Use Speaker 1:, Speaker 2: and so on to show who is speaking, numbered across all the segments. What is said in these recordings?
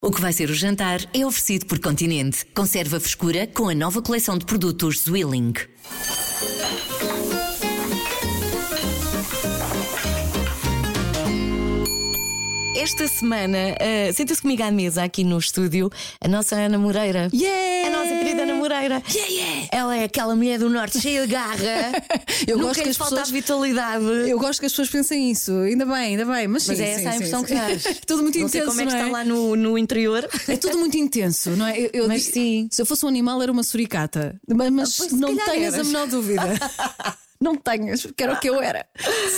Speaker 1: O que vai ser o jantar é oferecido por Continente. Conserva a frescura com a nova coleção de produtos Zwilling.
Speaker 2: Esta semana ah, senta-se comigo à mesa aqui no estúdio a nossa Ana Moreira.
Speaker 3: Yeah!
Speaker 2: A nossa querida Ana Moreira.
Speaker 3: Yeah, yeah!
Speaker 2: Ela é aquela mulher do norte cheia de garra.
Speaker 3: Eu
Speaker 2: Nunca
Speaker 3: gosto que
Speaker 2: lhe
Speaker 3: as
Speaker 2: falta
Speaker 3: pessoas-
Speaker 2: a vitalidade.
Speaker 3: Eu gosto que as pessoas pensem isso, ainda bem, ainda bem, mas,
Speaker 2: Mas
Speaker 3: sim,
Speaker 2: é
Speaker 3: sim,
Speaker 2: essa a
Speaker 3: sim,
Speaker 2: impressão
Speaker 3: sim.
Speaker 2: que dás.
Speaker 3: É tudo muito
Speaker 2: Não sei
Speaker 3: intenso,
Speaker 2: como é que
Speaker 3: não
Speaker 2: está
Speaker 3: é?
Speaker 2: lá no, no interior.
Speaker 3: É tudo muito intenso, não é? Eu- eu
Speaker 2: Mas
Speaker 3: digo-
Speaker 2: sim.
Speaker 3: Se eu fosse um animal, era uma suricata. Mas, mas
Speaker 2: Ah, pois, se
Speaker 3: não
Speaker 2: calhar
Speaker 3: tenhas
Speaker 2: eras.
Speaker 3: a menor dúvida. não tenhas, porque era o que eu era.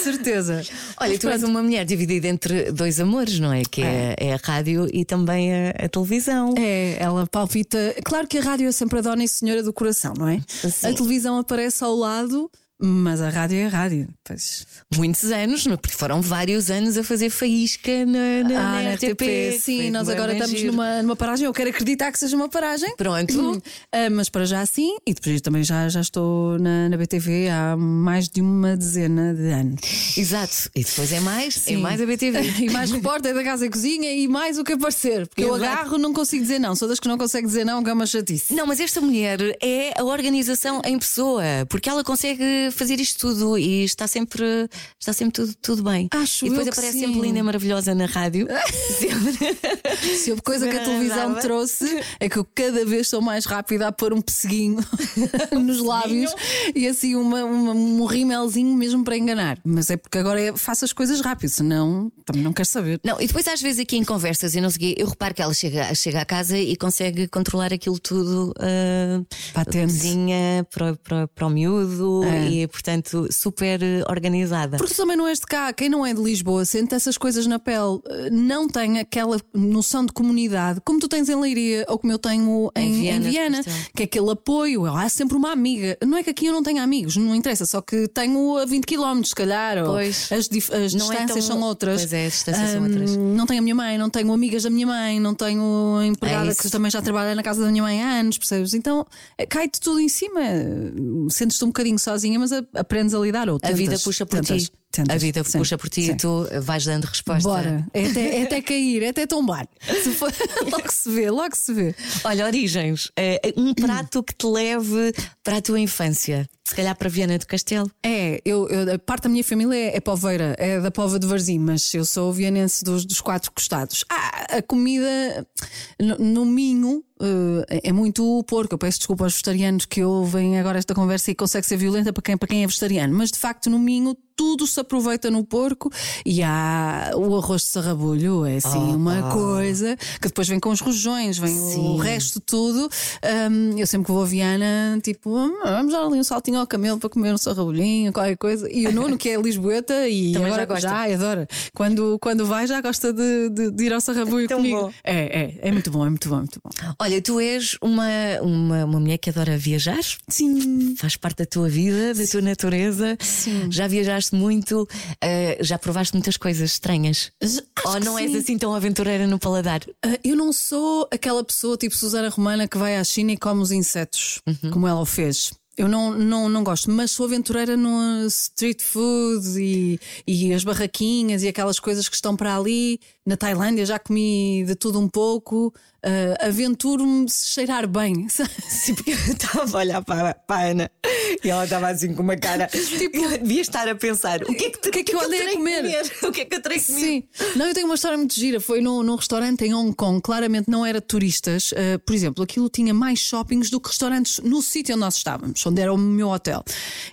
Speaker 3: Certeza.
Speaker 2: Olha,
Speaker 3: Mas
Speaker 2: tu és
Speaker 3: pronto.
Speaker 2: uma mulher dividida entre dois amores, não é? Que é, é a rádio e também a, a televisão.
Speaker 3: É, ela palpita. Claro que a rádio é sempre a dona e senhora do coração, não é?
Speaker 2: Sim.
Speaker 3: A televisão aparece ao lado, mas a rádio é a rádio. Pois.
Speaker 2: Muitos anos, não é? porque foram vários anos a fazer faísca na, na,
Speaker 3: Ah,
Speaker 2: na RTP.
Speaker 3: Sim,
Speaker 2: Foi
Speaker 3: nós
Speaker 2: bem,
Speaker 3: agora
Speaker 2: bem
Speaker 3: estamos
Speaker 2: giro. Hum.
Speaker 3: numa, numa paragem. Eu quero acreditar que seja uma paragem.
Speaker 2: Pronto.
Speaker 3: Ah, mas para já sim, e depois também já, já estou na, na BTV há mais de uma dezena de anos.
Speaker 2: Exato. E depois é mais, é
Speaker 3: Sim.
Speaker 2: mais a BTV.
Speaker 3: E mais repórter da casa e cozinha e mais o que aparecer. Porque eu
Speaker 2: Exato.
Speaker 3: agarro, não consigo dizer não. Sou das que não consegue dizer não, que é uma chatice.
Speaker 2: Não, mas esta mulher é a organização em pessoa, porque ela consegue fazer isto tudo e está sempre, está sempre tudo, tudo bem.
Speaker 3: Acho
Speaker 2: e depois
Speaker 3: eu que
Speaker 2: aparece
Speaker 3: sim.
Speaker 2: sempre linda e maravilhosa na rádio.
Speaker 3: Se houve coisa que a televisão
Speaker 2: Desagradável.
Speaker 3: trouxe é que eu cada vez sou mais rápida a pôr um pesseguinho nos lábios e assim uma, uma- um rimelzinho mesmo para enganar. Mas é porque agora é- faço as coisas rápido, senão também não quero saber.
Speaker 2: Não, e depois às vezes aqui em conversas e não sei o quê, eu reparo que ela chega, chega à casa e consegue controlar aquilo tudo ah,
Speaker 3: Patente.
Speaker 2: cozinha, para, para, para o miúdo
Speaker 3: É.
Speaker 2: e, portanto, super eh, organizada.
Speaker 3: Porque tu também não és de cá, quem não é de Lisboa sente essas coisas na pele, eh, não tem aquela noção de comunidade como tu tens em Leiria ou como eu tenho em,
Speaker 2: Em
Speaker 3: em
Speaker 2: Viana,
Speaker 3: Viana,
Speaker 2: por exemplo.
Speaker 3: que é aquele apoio. Há sempre uma amiga. Não é que aqui eu não tenha amigos, não interessa, só que tenho a 20 km, se calhar, ou
Speaker 2: Pois.
Speaker 3: as, dif- as
Speaker 2: Não é
Speaker 3: distâncias
Speaker 2: tão-
Speaker 3: são outras.
Speaker 2: Pois é, as distâncias são
Speaker 3: Ahm,
Speaker 2: outras.
Speaker 3: Não tenho a minha mãe, não tenho amigas da minha mãe, não tenho empregada
Speaker 2: É isso.
Speaker 3: que também já trabalha na casa da minha mãe há anos, percebes? Então eh, cai-te tudo em cima. Sentes-te um bocadinho sozinha, mas a- aprendes a lidar. Ou
Speaker 2: A vida
Speaker 3: Tentas,
Speaker 2: puxa por
Speaker 3: tentas,
Speaker 2: ti.
Speaker 3: tentas.
Speaker 2: a vida
Speaker 3: Sim,
Speaker 2: puxa por ti
Speaker 3: sim.
Speaker 2: e tu vais dando resposta.
Speaker 3: Bora, é até, é até cair, é até tombar. Se for- logo se vê, logo se vê.
Speaker 2: Olha, origens. eh, Um prato que te leve para a tua infância. Se calhar para Viana do Castelo.
Speaker 3: É, eu, eu- a parte da minha família é, é poveira, é da Pova de Varzim, mas eu sou vianense dos, dos quatro costados. Ah, a comida no, no Minho eh, é é muito o porco. Eu peço desculpa aos vegetarianos que ouvem agora esta conversa e consegue ser violenta para quem, para quem é vegetariano, mas de facto no Minho tudo se aproveita no porco e há o arroz de sarrabulho, é assim uma coisa que depois vem com os rojões, vem o resto tudo. Hum, eu sempre que vou a Viana, tipo, "Hum, vamos dar ali um saltinho ao camelo para comer um sarrabulhinho, qualquer coisa. E o Nuno, que é Lisboeta, e
Speaker 2: Também já
Speaker 3: agora
Speaker 2: gosta.
Speaker 3: adora. Quando, quando vai, já gosta de, de- de ir ao sarrabulho
Speaker 2: Tão
Speaker 3: comigo.
Speaker 2: bom.
Speaker 3: É, é, é muito bom, é muito bom, é muito bom.
Speaker 2: Olha, tu és uma, uma, uma mulher que adora viajar. Sim. Faz parte da tua vida, da tua natureza. Sim. Já viajaste muito, eh, já provaste muitas coisas estranhas. Ou não és assim tão aventureira no paladar?
Speaker 3: Ah, Eu não sou aquela pessoa tipo Susana Romana que vai à China e come os insetos, como ela o fez. Eu não, não, não gosto, mas sou aventureira no street food e, e as barraquinhas e aquelas coisas que estão para ali. Na Tailândia já comi de tudo um pouco. Ah, Aventuro-me se cheirar bem.
Speaker 2: Sim, porque eu estava a olhar para, para a Ana e ela estava assim com uma cara. Tipo, devia estar a pensar: o que é que, te, o que, é que
Speaker 3: eu andei a
Speaker 2: terei que
Speaker 3: comer?
Speaker 2: O que é que eu terei que comer?
Speaker 3: Sim, não, eu tenho uma história muito gira. Foi num, num restaurante em Hong Kong, claramente não era de turistas. Ah, por exemplo, aquilo tinha mais shoppings do que restaurantes no sítio onde nós estávamos, onde era o meu hotel.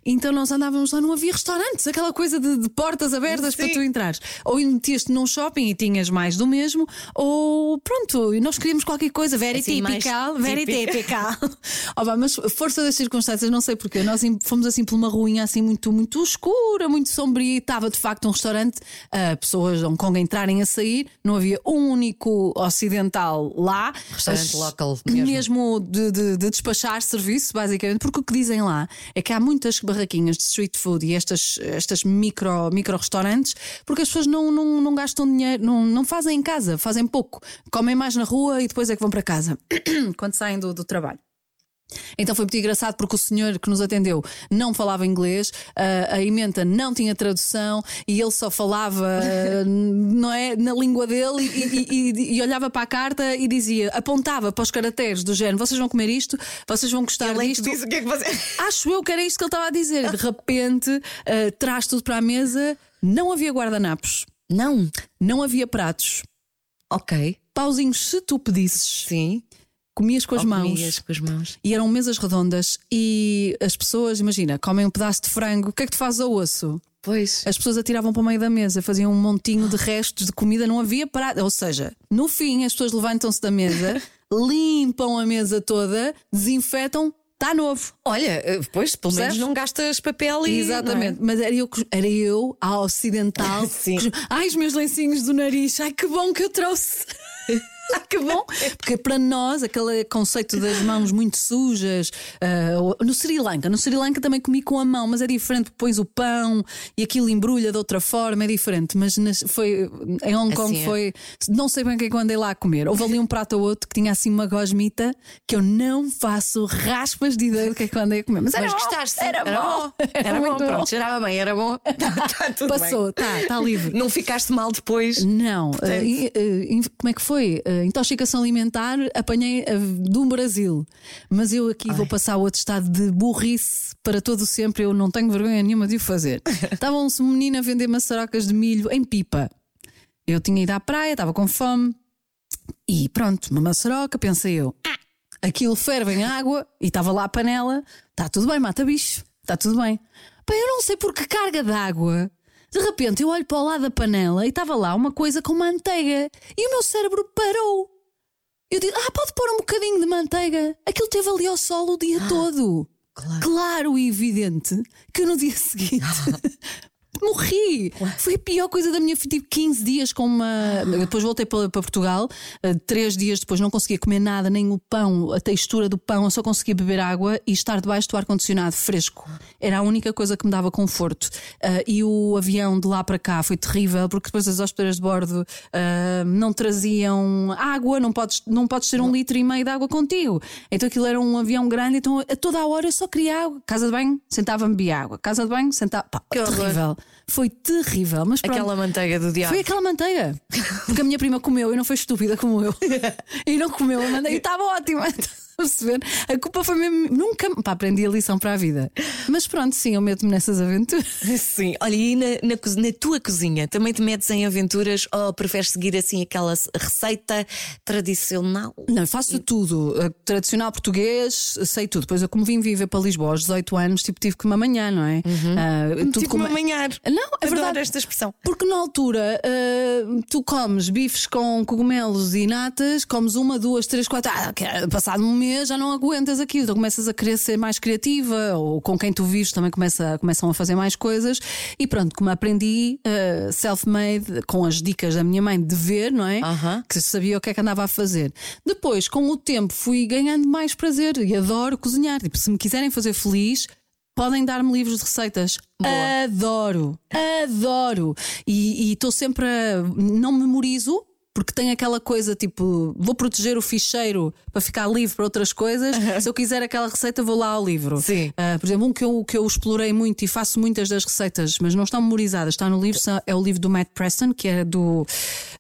Speaker 3: Então nós andávamos lá, não havia restaurantes, aquela coisa de, de portas abertas para tu entrares. Ou metias-te num shopping e tinhas mais do mesmo, ou pronto, e nós queríamos qualquer coisa, very
Speaker 2: Assim, mais
Speaker 3: typical, very
Speaker 2: típica.
Speaker 3: typical. Oh, vá, mas força das circunstâncias, não sei porquê. Nós em- fomos assim por uma ruinha assim muito, muito escura, muito sombria, e estava de facto um restaurante, ah, pessoas de Hong Kong a entrarem a sair, não havia um único ocidental lá.
Speaker 2: Restaurante
Speaker 3: As-
Speaker 2: local mesmo.
Speaker 3: mesmo de, de- de despachar serviço, basicamente, porque o que dizem lá é que há muitas barraquinhas de street food e estas, estas micro, micro restaurantes, porque as pessoas não, não, não gastam dinheiro, não, não fazem em casa, fazem pouco, comem mais na rua e depois é que vão para casa quando saem do- do trabalho. Então foi muito engraçado porque o senhor que nos atendeu não falava inglês, ah, a emenda não tinha tradução e ele só falava ah, não é, na língua dele e, e- e- e olhava para a carta e dizia, apontava para os caracteres do género: vocês vão comer isto, vocês vão gostar
Speaker 4: Ele é que
Speaker 3: disto.
Speaker 4: diz o que é que você.
Speaker 3: Acho eu que era isto que ele estava a dizer. De repente, ah, traz tudo para a mesa, não havia guardanapos,
Speaker 2: Não.
Speaker 3: não havia pratos.
Speaker 2: Ok.
Speaker 3: Pauzinhos, se tu pedisses,
Speaker 2: Sim.
Speaker 3: comias com as
Speaker 4: Oh,
Speaker 2: Ou
Speaker 3: mãos.
Speaker 2: comias Com as mãos.
Speaker 3: E eram mesas redondas e as pessoas, imagina, comem um pedaço de frango, o que é que tu fazes ao osso?
Speaker 2: Pois.
Speaker 3: As pessoas atiravam para o meio da mesa, faziam um montinho de restos de comida, não havia parada. Ou seja, no fim, as pessoas levantam-se da mesa, limpam a mesa toda, desinfetam, está novo.
Speaker 4: Olha, eh, pois, pelo menos
Speaker 3: Percebes?
Speaker 4: não gastas papel
Speaker 2: é?
Speaker 4: e.
Speaker 3: Exatamente, mas era eu, que- era eu a ocidental.
Speaker 4: Sim.
Speaker 3: que- Ai, os meus lencinhos do nariz, ai que bom que eu trouxe. Ai, que bom! Porque para nós, aquele conceito das mãos muito sujas, ah, ou- no Sri Lanka, no Sri Lanka também comi com a mão, mas é diferente, porque pões o pão e aquilo embrulha de outra forma, é diferente. Mas nas- foi, em Hong Kong
Speaker 2: Assim é.
Speaker 3: foi, não sei bem o que é que eu andei lá a comer. Houve ali um prato ou outro que tinha assim uma gosmita que eu não faço raspas de ideia do que é que eu andei a comer. Mas era
Speaker 2: Mas
Speaker 3: bom,
Speaker 2: gostaste?
Speaker 3: Era bom!
Speaker 4: Era,
Speaker 3: Era
Speaker 4: bom,
Speaker 3: muito
Speaker 4: pronto, cheirava bem, era bom. Tá- tá tudo bem.
Speaker 3: Passou, tá, está livre.
Speaker 4: Não ficaste mal depois.
Speaker 3: Não, eh, in- eh, in- como é que foi? Eh, intoxicação alimentar, apanhei eh, de um Brasil. Mas eu aqui vou passar outro estado de burrice para todo o sempre. Eu não tenho vergonha nenhuma de o fazer. Estavam-se um menino a vender maçarocas de milho em pipa. Eu tinha ido à praia, estava com fome. E pronto, uma maçaroca, pensei eu. "Ah, Aquilo ferve em água e estava lá a panela. Está tudo bem, mata bicho. Está tudo bem. Bem, eu não sei por que carga d'água. De repente eu olho para o lado da panela e estava lá uma coisa com manteiga. E o meu cérebro parou. Eu digo, ah, pode pôr um bocadinho de manteiga. Aquilo teve ali ao sol o dia todo.
Speaker 2: claro.
Speaker 3: e evidente que no dia seguinte morri. Foi a pior coisa da minha vida. Tive 15 dias com uma. Depois voltei para, para Portugal, eh, três dias depois não conseguia comer nada, nem o pão, a textura do pão, eu só conseguia beber água e estar debaixo do ar-condicionado fresco. Era a única coisa que me dava conforto. Eh, e o avião de lá para cá foi terrível, porque depois as hospedeiras de bordo eh, não traziam água, não podes, não podes ter um litro e meio de água contigo. Então aquilo era um avião grande, então a toda a hora eu só queria água. Casa de banho, sentava-me, bebia água. Casa de banho, sentava. Pá,
Speaker 4: Que horror.
Speaker 3: terrível. Foi terrível, mas pronto.
Speaker 4: Aquela manteiga do diabo.
Speaker 3: Foi aquela manteiga. Porque a minha prima comeu e não foi estúpida como eu. E não comeu a manteiga e estava ótima. Estás a perceber? A culpa foi mesmo. Nunca. Pá, aprendi a lição para a vida. Mas pronto, sim, eu meto-me nessas aventuras.
Speaker 4: Sim,
Speaker 2: Olha, e na, na co- na tua cozinha também te metes em aventuras ou preferes seguir assim aquela s- receita tradicional?
Speaker 3: Não, eu faço tudo. Uh, Tradicional português, sei tudo. Depois eu, como vim viver para Lisboa aos 18 anos, tipo, tive que me amanhar, não é? Ah, tudo
Speaker 4: Tipo
Speaker 3: como-
Speaker 4: amanhar.
Speaker 3: Não, é
Speaker 4: Adoro
Speaker 3: verdade.
Speaker 4: esta expressão.
Speaker 3: Porque na altura ah, tu comes bifes com cogumelos e natas, comes uma, duas, três, quatro. Ah, que- passado um mês já não aguentas aquilo, então começas a querer ser mais criativa, ou com quem tu vives também começa, começam a fazer mais coisas. E pronto, como aprendi, ah, self-made, com as dicas da minha mãe de ver, não é?
Speaker 4: Aham.
Speaker 3: que sabia o que é que andava a fazer. Depois, com o tempo, fui ganhando mais prazer e adoro cozinhar. Tipo, se me quiserem fazer feliz, podem dar-me livros de receitas. Adoro, adoro. E estou sempre a. Não memorizo. Porque tem aquela coisa tipo, vou proteger o ficheiro para ficar livre para outras coisas. Se eu quiser aquela receita, vou lá ao livro.
Speaker 4: Sim.
Speaker 3: Ah, por exemplo, um que eu, que eu explorei muito e faço muitas das receitas, mas não estão memorizadas, está no livro, são- é o livro do Matt Preston, que é do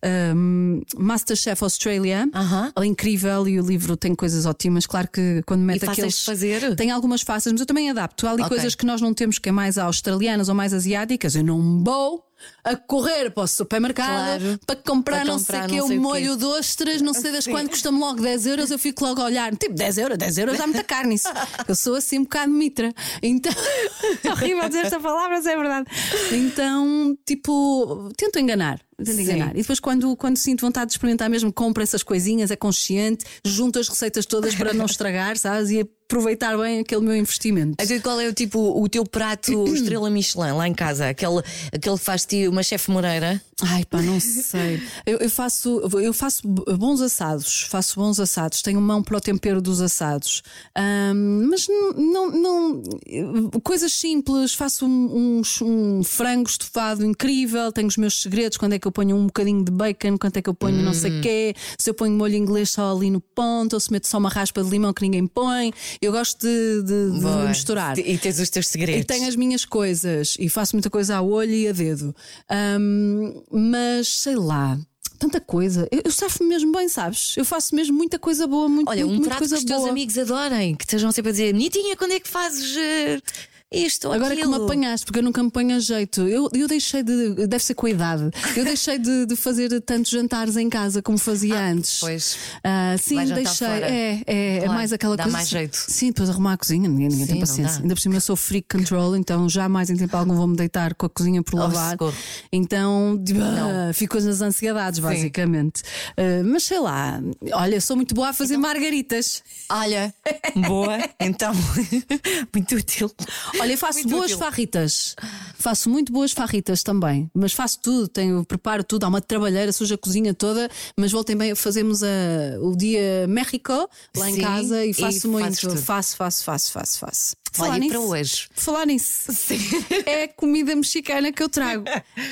Speaker 3: ahm, Masterchef Australia.
Speaker 2: Aham.
Speaker 3: Ele é incrível e o livro tem coisas ótimas. Claro que quando mete
Speaker 2: fáceis
Speaker 3: aqueles.
Speaker 2: de fazer?
Speaker 3: Tem algumas fáceis, mas eu também adapto. Há ali
Speaker 2: Ok.
Speaker 3: coisas que nós não temos, que é mais australianas ou mais asiáticas. Eu não vou. A correr para o supermercado
Speaker 2: Claro.
Speaker 3: para comprar,
Speaker 2: Para
Speaker 3: não
Speaker 2: comprar
Speaker 3: sei
Speaker 2: não
Speaker 3: o que,
Speaker 2: sei
Speaker 3: o
Speaker 2: o quê.
Speaker 3: molho de ostras, não sei das quanto, custa-me logo 10 euros, eu fico logo a olhar, tipo 10 euros, 10 euros dá muita carne isso. Eu sou assim um bocado mitra. Então, é horrível dizer esta palavra, mas é verdade. Então, tipo, tento enganar. Tento enganar. E depois, quando, quando sinto vontade de experimentar mesmo, compro essas coisinhas, é consciente, junto as receitas todas para não estragar, sabes? E aproveitar bem aquele meu investimento.
Speaker 2: Então, qual é o tipo o teu prato estrela Michelin lá em casa? Aquele, aquele que faz-te uma chefe Moreira?
Speaker 3: Ai, pá, não sei. eu, eu faço, eu faço bons assados, faço bons assados, tenho mão para o tempero dos assados. Ahm, mas não, não, não- eh, coisas simples, faço um, um- um frango estufado incrível, tenho os meus segredos, quando é que eu que eu ponho um bocadinho de bacon, quanto é que eu ponho não sei quê, se eu ponho molho inglês só ali no ponto, ou se meto só uma raspa de limão que ninguém põe. Eu gosto de, de- de
Speaker 4: Boa.
Speaker 3: misturar.
Speaker 4: E tens os teus segredos.
Speaker 3: E tenho as minhas coisas e faço muita coisa a olho e a dedo. Ahm, mas sei lá, tanta coisa. Eu, eu safo-me mesmo bem, sabes? Eu faço mesmo muita coisa boa, muito,
Speaker 2: Olha,
Speaker 3: muito,
Speaker 2: um
Speaker 3: muito
Speaker 2: prato que
Speaker 3: coisa
Speaker 2: os teus
Speaker 3: boa.
Speaker 2: amigos adorem, que estejam sempre a dizer: Nitinha, quando é que fazes eh, isto? ou
Speaker 3: Agora é que
Speaker 2: aquilo?
Speaker 3: me apanhaste, porque eu nunca me ponho a jeito. Eu, eu deixei de. Deve ser com a idade. Eu deixei de, de fazer tantos jantares em casa como fazia antes.
Speaker 2: pois.
Speaker 3: Ah, sim,
Speaker 2: Vai jantar
Speaker 3: deixei.
Speaker 2: fora.
Speaker 3: É, é, é
Speaker 2: Claro,
Speaker 3: mais aquela
Speaker 2: dá
Speaker 3: coisa.
Speaker 2: mais jeito.
Speaker 3: Sim, depois arrumar a cozinha, ninguém, ninguém
Speaker 2: Sim,
Speaker 3: tem
Speaker 2: não
Speaker 3: paciência.
Speaker 2: dá.
Speaker 3: Ainda por cima eu sou freak control, então jamais em tempo algum vou-me deitar com a cozinha por lavar.
Speaker 2: Oh, socorro.
Speaker 3: então, de- ah, fico nas ansiedades, basicamente. Ah, mas sei lá, olha, sou muito boa a fazer
Speaker 2: Então?
Speaker 3: margaritas.
Speaker 2: Olha,
Speaker 4: Boa, então, muito útil.
Speaker 3: Olha, eu faço
Speaker 4: Muito
Speaker 3: boas
Speaker 4: útil.
Speaker 3: farritas. Faço muito boas farritas também. Mas faço tudo, tenho, preparo tudo. Há uma trabalheira, suja a cozinha toda. Mas voltem bem, fazemos a, o dia México lá em
Speaker 2: Sim,
Speaker 3: casa e
Speaker 2: e
Speaker 3: faço
Speaker 2: fazes
Speaker 3: muito.
Speaker 2: tudo.
Speaker 3: Faço, faço, faço, faço, faço.
Speaker 2: Olha, e
Speaker 3: nisso-
Speaker 2: para hoje?
Speaker 3: Falar nisso. É comida mexicana que eu trago.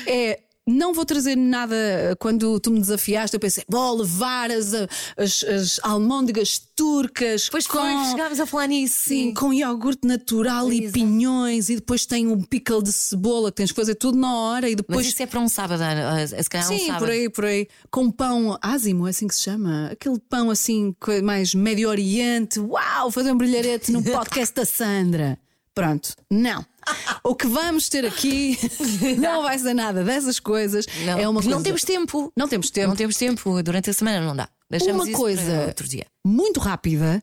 Speaker 3: É. Não vou trazer nada ah, quando tu me desafiaste. Eu pensei, vou levar as, ah, as, as almôndegas turcas.
Speaker 2: pois
Speaker 3: com...
Speaker 2: foi, chegámos a falar nisso.
Speaker 3: Sim, com iogurte natural e pinhões, e depois tem um pickle de cebola que tens que fazer tudo na hora, e
Speaker 2: Mas
Speaker 3: depois.
Speaker 2: isso é para um sábado, ah, ah, se calhar é um
Speaker 3: Sim,
Speaker 2: sábado.
Speaker 3: por aí, por aí. Com pão ázimo, é assim que se chama. Aquele pão assim, co- mais Médio Oriente. Uau, fazer um brilharete no podcast da Sandra. Pronto, não. O que vamos ter aqui não vai ser nada dessas coisas.
Speaker 2: Não,
Speaker 3: é uma
Speaker 2: não
Speaker 3: coisa
Speaker 2: temos tempo.
Speaker 3: Não temos tempo.
Speaker 2: Não temos tempo. Durante a semana não dá. Deixamos
Speaker 3: Uma
Speaker 2: isso
Speaker 3: coisa-
Speaker 2: para outro dia.
Speaker 3: muito rápida,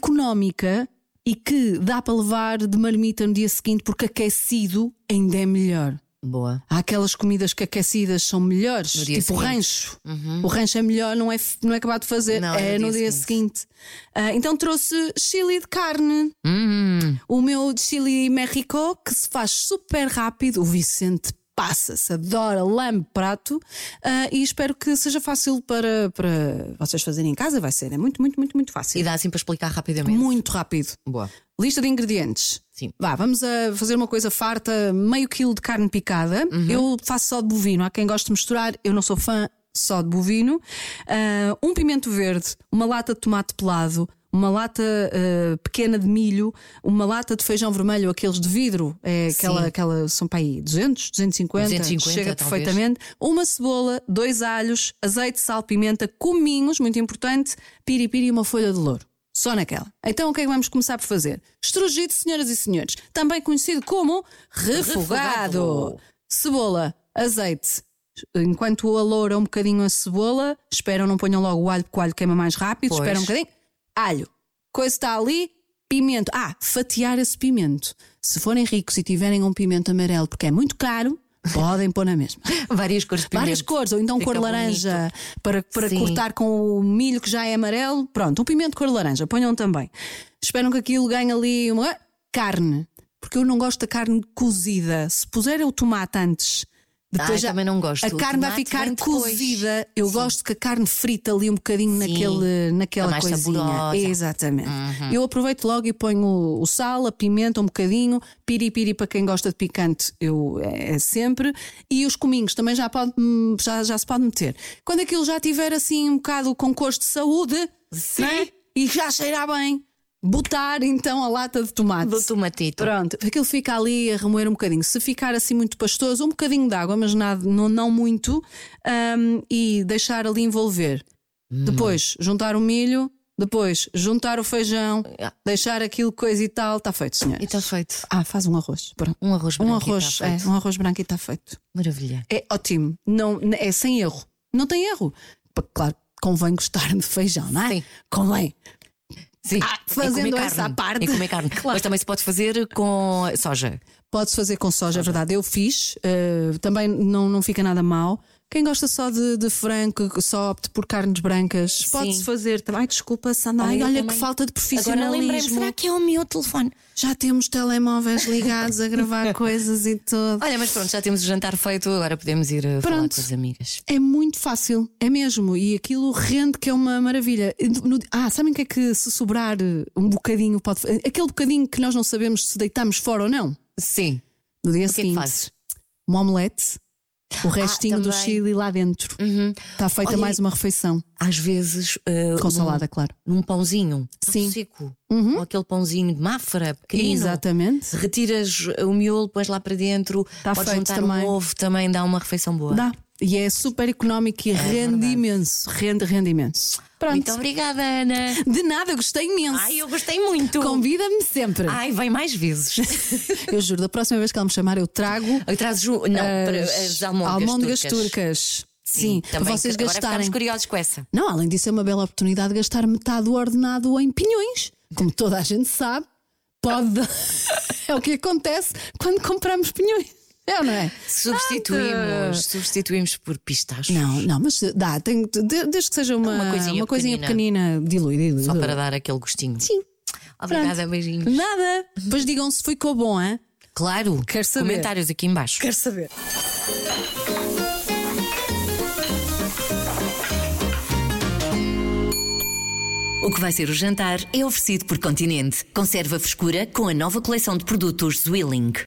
Speaker 3: económica e que dá para levar de marmita no dia seguinte, porque aquecido ainda é melhor.
Speaker 2: Boa.
Speaker 3: Há aquelas comidas que aquecidas são melhores,
Speaker 2: No dia
Speaker 3: tipo o
Speaker 2: seguinte. Uhum.
Speaker 3: rancho. O rancho é melhor, não é, f- não é acabado de fazer,
Speaker 2: Não,
Speaker 3: é no dia seguinte. Ah, então trouxe chili de carne,
Speaker 2: Hum,
Speaker 3: o meu chili México, que se faz super rápido. O Vicente passa-se, adora, lame prato ah, e espero que seja fácil para, para vocês fazerem em casa. Vai ser, é muito, muito, muito, muito fácil.
Speaker 2: e dá assim para explicar rapidamente.
Speaker 3: Muito rápido.
Speaker 2: Boa.
Speaker 3: Lista de ingredientes.
Speaker 2: Sim.
Speaker 3: Vá, vamos a fazer uma coisa farta, meio quilo de carne picada.
Speaker 2: Uhum.
Speaker 3: Eu faço só de bovino. Há quem goste de misturar, eu não sou fã só de bovino. Ah, um pimento verde, uma lata de tomate pelado, uma lata ah, pequena de milho, uma lata de feijão vermelho, aqueles de vidro, é aquela, aquela são para aí 200, 250,
Speaker 2: 250,
Speaker 3: chega
Speaker 2: talvez.
Speaker 3: perfeitamente. Uma cebola, dois alhos, azeite, sal, pimenta, cominhos, muito importante, piripiri e uma folha de louro. Só naquela. Então o que é que vamos começar por fazer? Estrugido, senhoras e senhores, também conhecido como refogado.
Speaker 2: Refogado.
Speaker 3: Cebola, azeite. Enquanto o aloura um bocadinho a cebola, esperam, não ponham logo o alho, porque o alho queima mais rápido,
Speaker 2: Pois.
Speaker 3: esperam um bocadinho. Alho. Coisa está ali, pimento. Ah, fatiar esse pimento. Se forem ricos e tiverem um pimento amarelo, porque é muito caro, podem pôr na mesma.
Speaker 2: Várias cores de pimenta.
Speaker 3: Várias cores, ou então
Speaker 2: Fica
Speaker 3: cor
Speaker 2: bonito.
Speaker 3: laranja para, para
Speaker 2: Sim.
Speaker 3: cortar com o milho que já é amarelo. Pronto, um pimento de cor laranja, ponham também. Esperam que aquilo ganhe ali uma carne, porque eu não gosto da carne cozida. Se puser o tomate antes, depois
Speaker 2: Ah, eu
Speaker 3: já
Speaker 2: também não gosto.
Speaker 3: A
Speaker 2: O
Speaker 3: carne vai
Speaker 2: tomate
Speaker 3: ficar
Speaker 2: vem depois.
Speaker 3: cozida. Eu gosto que a carne frita ali um bocadinho naquele, naquela
Speaker 2: É mais
Speaker 3: coisinha.
Speaker 2: saborosa.
Speaker 3: Exatamente. Eu aproveito logo e ponho o sal, a pimenta um bocadinho, piripiri para quem gosta de picante, eu é, é sempre, e os cominhos também já, pode, hum, já, já se pode meter. Quando aquilo já tiver assim um bocado com cores de saúde né? e já cheirar bem, botar então a lata de tomate.
Speaker 2: Do tomatito.
Speaker 3: Pronto, aquilo fica ali a remoer um bocadinho. Se ficar assim muito pastoso, um bocadinho de água, mas nada, não, não muito, hum, e deixar ali envolver.
Speaker 2: Hum.
Speaker 3: Depois juntar o milho, depois juntar o feijão,
Speaker 2: Ah.
Speaker 3: deixar aquilo coisa e tal, está feito, senhora.
Speaker 2: E está feito.
Speaker 3: Ah, faz um arroz. Pronto.
Speaker 2: Um arroz
Speaker 3: Um
Speaker 2: branco. e
Speaker 3: arroz,
Speaker 2: está feito.
Speaker 3: é, um arroz branco e está feito.
Speaker 2: Maravilha.
Speaker 3: É ótimo. Não, é sem erro. Não tem erro. P- Claro, convém gostar de feijão, não é?
Speaker 2: Sim.
Speaker 3: Convém.
Speaker 2: Sim.
Speaker 3: Ah,
Speaker 2: E
Speaker 3: fazendo
Speaker 2: comer
Speaker 3: essa
Speaker 2: carne.
Speaker 3: à parte.
Speaker 2: E comer carne. Mas também se pode fazer com soja.
Speaker 3: Pode-se fazer com soja,
Speaker 2: Ah, tá.
Speaker 3: é verdade. Eu fiz, eh, também não, não fica nada mal. Quem gosta só de, de frango, que só opte por carnes brancas, pode-se fazer. Ai, desculpa, Sandra. Ai,
Speaker 2: Olha, eu
Speaker 3: olha que
Speaker 2: também.
Speaker 3: falta de
Speaker 2: Agora lembrei-me,
Speaker 3: profissionalismo.
Speaker 2: será que é o meu telefone?
Speaker 3: Já temos telemóveis ligados a gravar coisas e tudo.
Speaker 2: Olha, mas pronto, já temos o jantar feito, agora podemos ir a falar
Speaker 3: Pronto.
Speaker 2: com as amigas.
Speaker 3: É muito fácil, é mesmo. E aquilo rende que é uma maravilha. E no- ah, sabem o que é que se sobrar eh, um bocadinho pode. Aquele bocadinho que nós não sabemos se deitamos fora ou não?
Speaker 2: Sim.
Speaker 3: No dia
Speaker 2: O que é que
Speaker 3: seguinte,
Speaker 2: fazes?
Speaker 3: uma omelete O restinho do
Speaker 2: também. Uhum.
Speaker 3: chili lá dentro. Está feita
Speaker 2: Olha,
Speaker 3: mais uma refeição.
Speaker 2: Às vezes. eh,
Speaker 3: Com
Speaker 2: num-
Speaker 3: salada, claro.
Speaker 2: Num pãozinho.
Speaker 3: Sim. Uhum.
Speaker 2: Seco. Ou aquele pãozinho de máfara, pequenino.
Speaker 3: Exatamente.
Speaker 2: Retiras eh, o miolo, pões lá para dentro.
Speaker 3: Tá
Speaker 2: podes
Speaker 3: feito
Speaker 2: juntar
Speaker 3: também.
Speaker 2: um ovo, também dá uma refeição boa.
Speaker 3: Dá. E é super económico e rende imenso. Rende, rende imenso. Pronto.
Speaker 2: Muito obrigada, Ana.
Speaker 3: De nada, gostei imenso.
Speaker 2: Então, Ai, eu gostei muito.
Speaker 3: Convida-me sempre.
Speaker 2: Ai, vem mais vezes.
Speaker 3: Eu juro, da próxima vez que ela me chamar, eu trago
Speaker 2: Eu trazes o- não, para- as almôndegas, turcas.
Speaker 3: Sim, para
Speaker 2: também
Speaker 3: vocês
Speaker 2: que- agora
Speaker 3: gastarem.
Speaker 2: ficámos curiosos com essa.
Speaker 3: Não, além disso, é uma bela oportunidade de gastar metade do ordenado em pinhões. Como toda a gente sabe, pode. é o que acontece quando compramos pinhões. É ou não é?
Speaker 2: Substituímos, substituímos por pistachos.
Speaker 3: Não, não, mas dá, tem, de- desde que seja uma,
Speaker 2: Uma coisinha
Speaker 3: pequenina. dilui, dilui.
Speaker 2: Só
Speaker 3: dilui.
Speaker 2: para dar aquele gostinho.
Speaker 3: Sim,
Speaker 2: Obrigada,
Speaker 3: pronto.
Speaker 2: beijinhos.
Speaker 3: Nada. Depois digam se ficou bom, hein?
Speaker 2: Claro,
Speaker 3: Quero saber.
Speaker 2: comentários aqui em baixo.
Speaker 4: Quero saber.
Speaker 1: O que vai ser o jantar é oferecido por Continente. Conserva a frescura com a nova coleção de produtos Zwilling.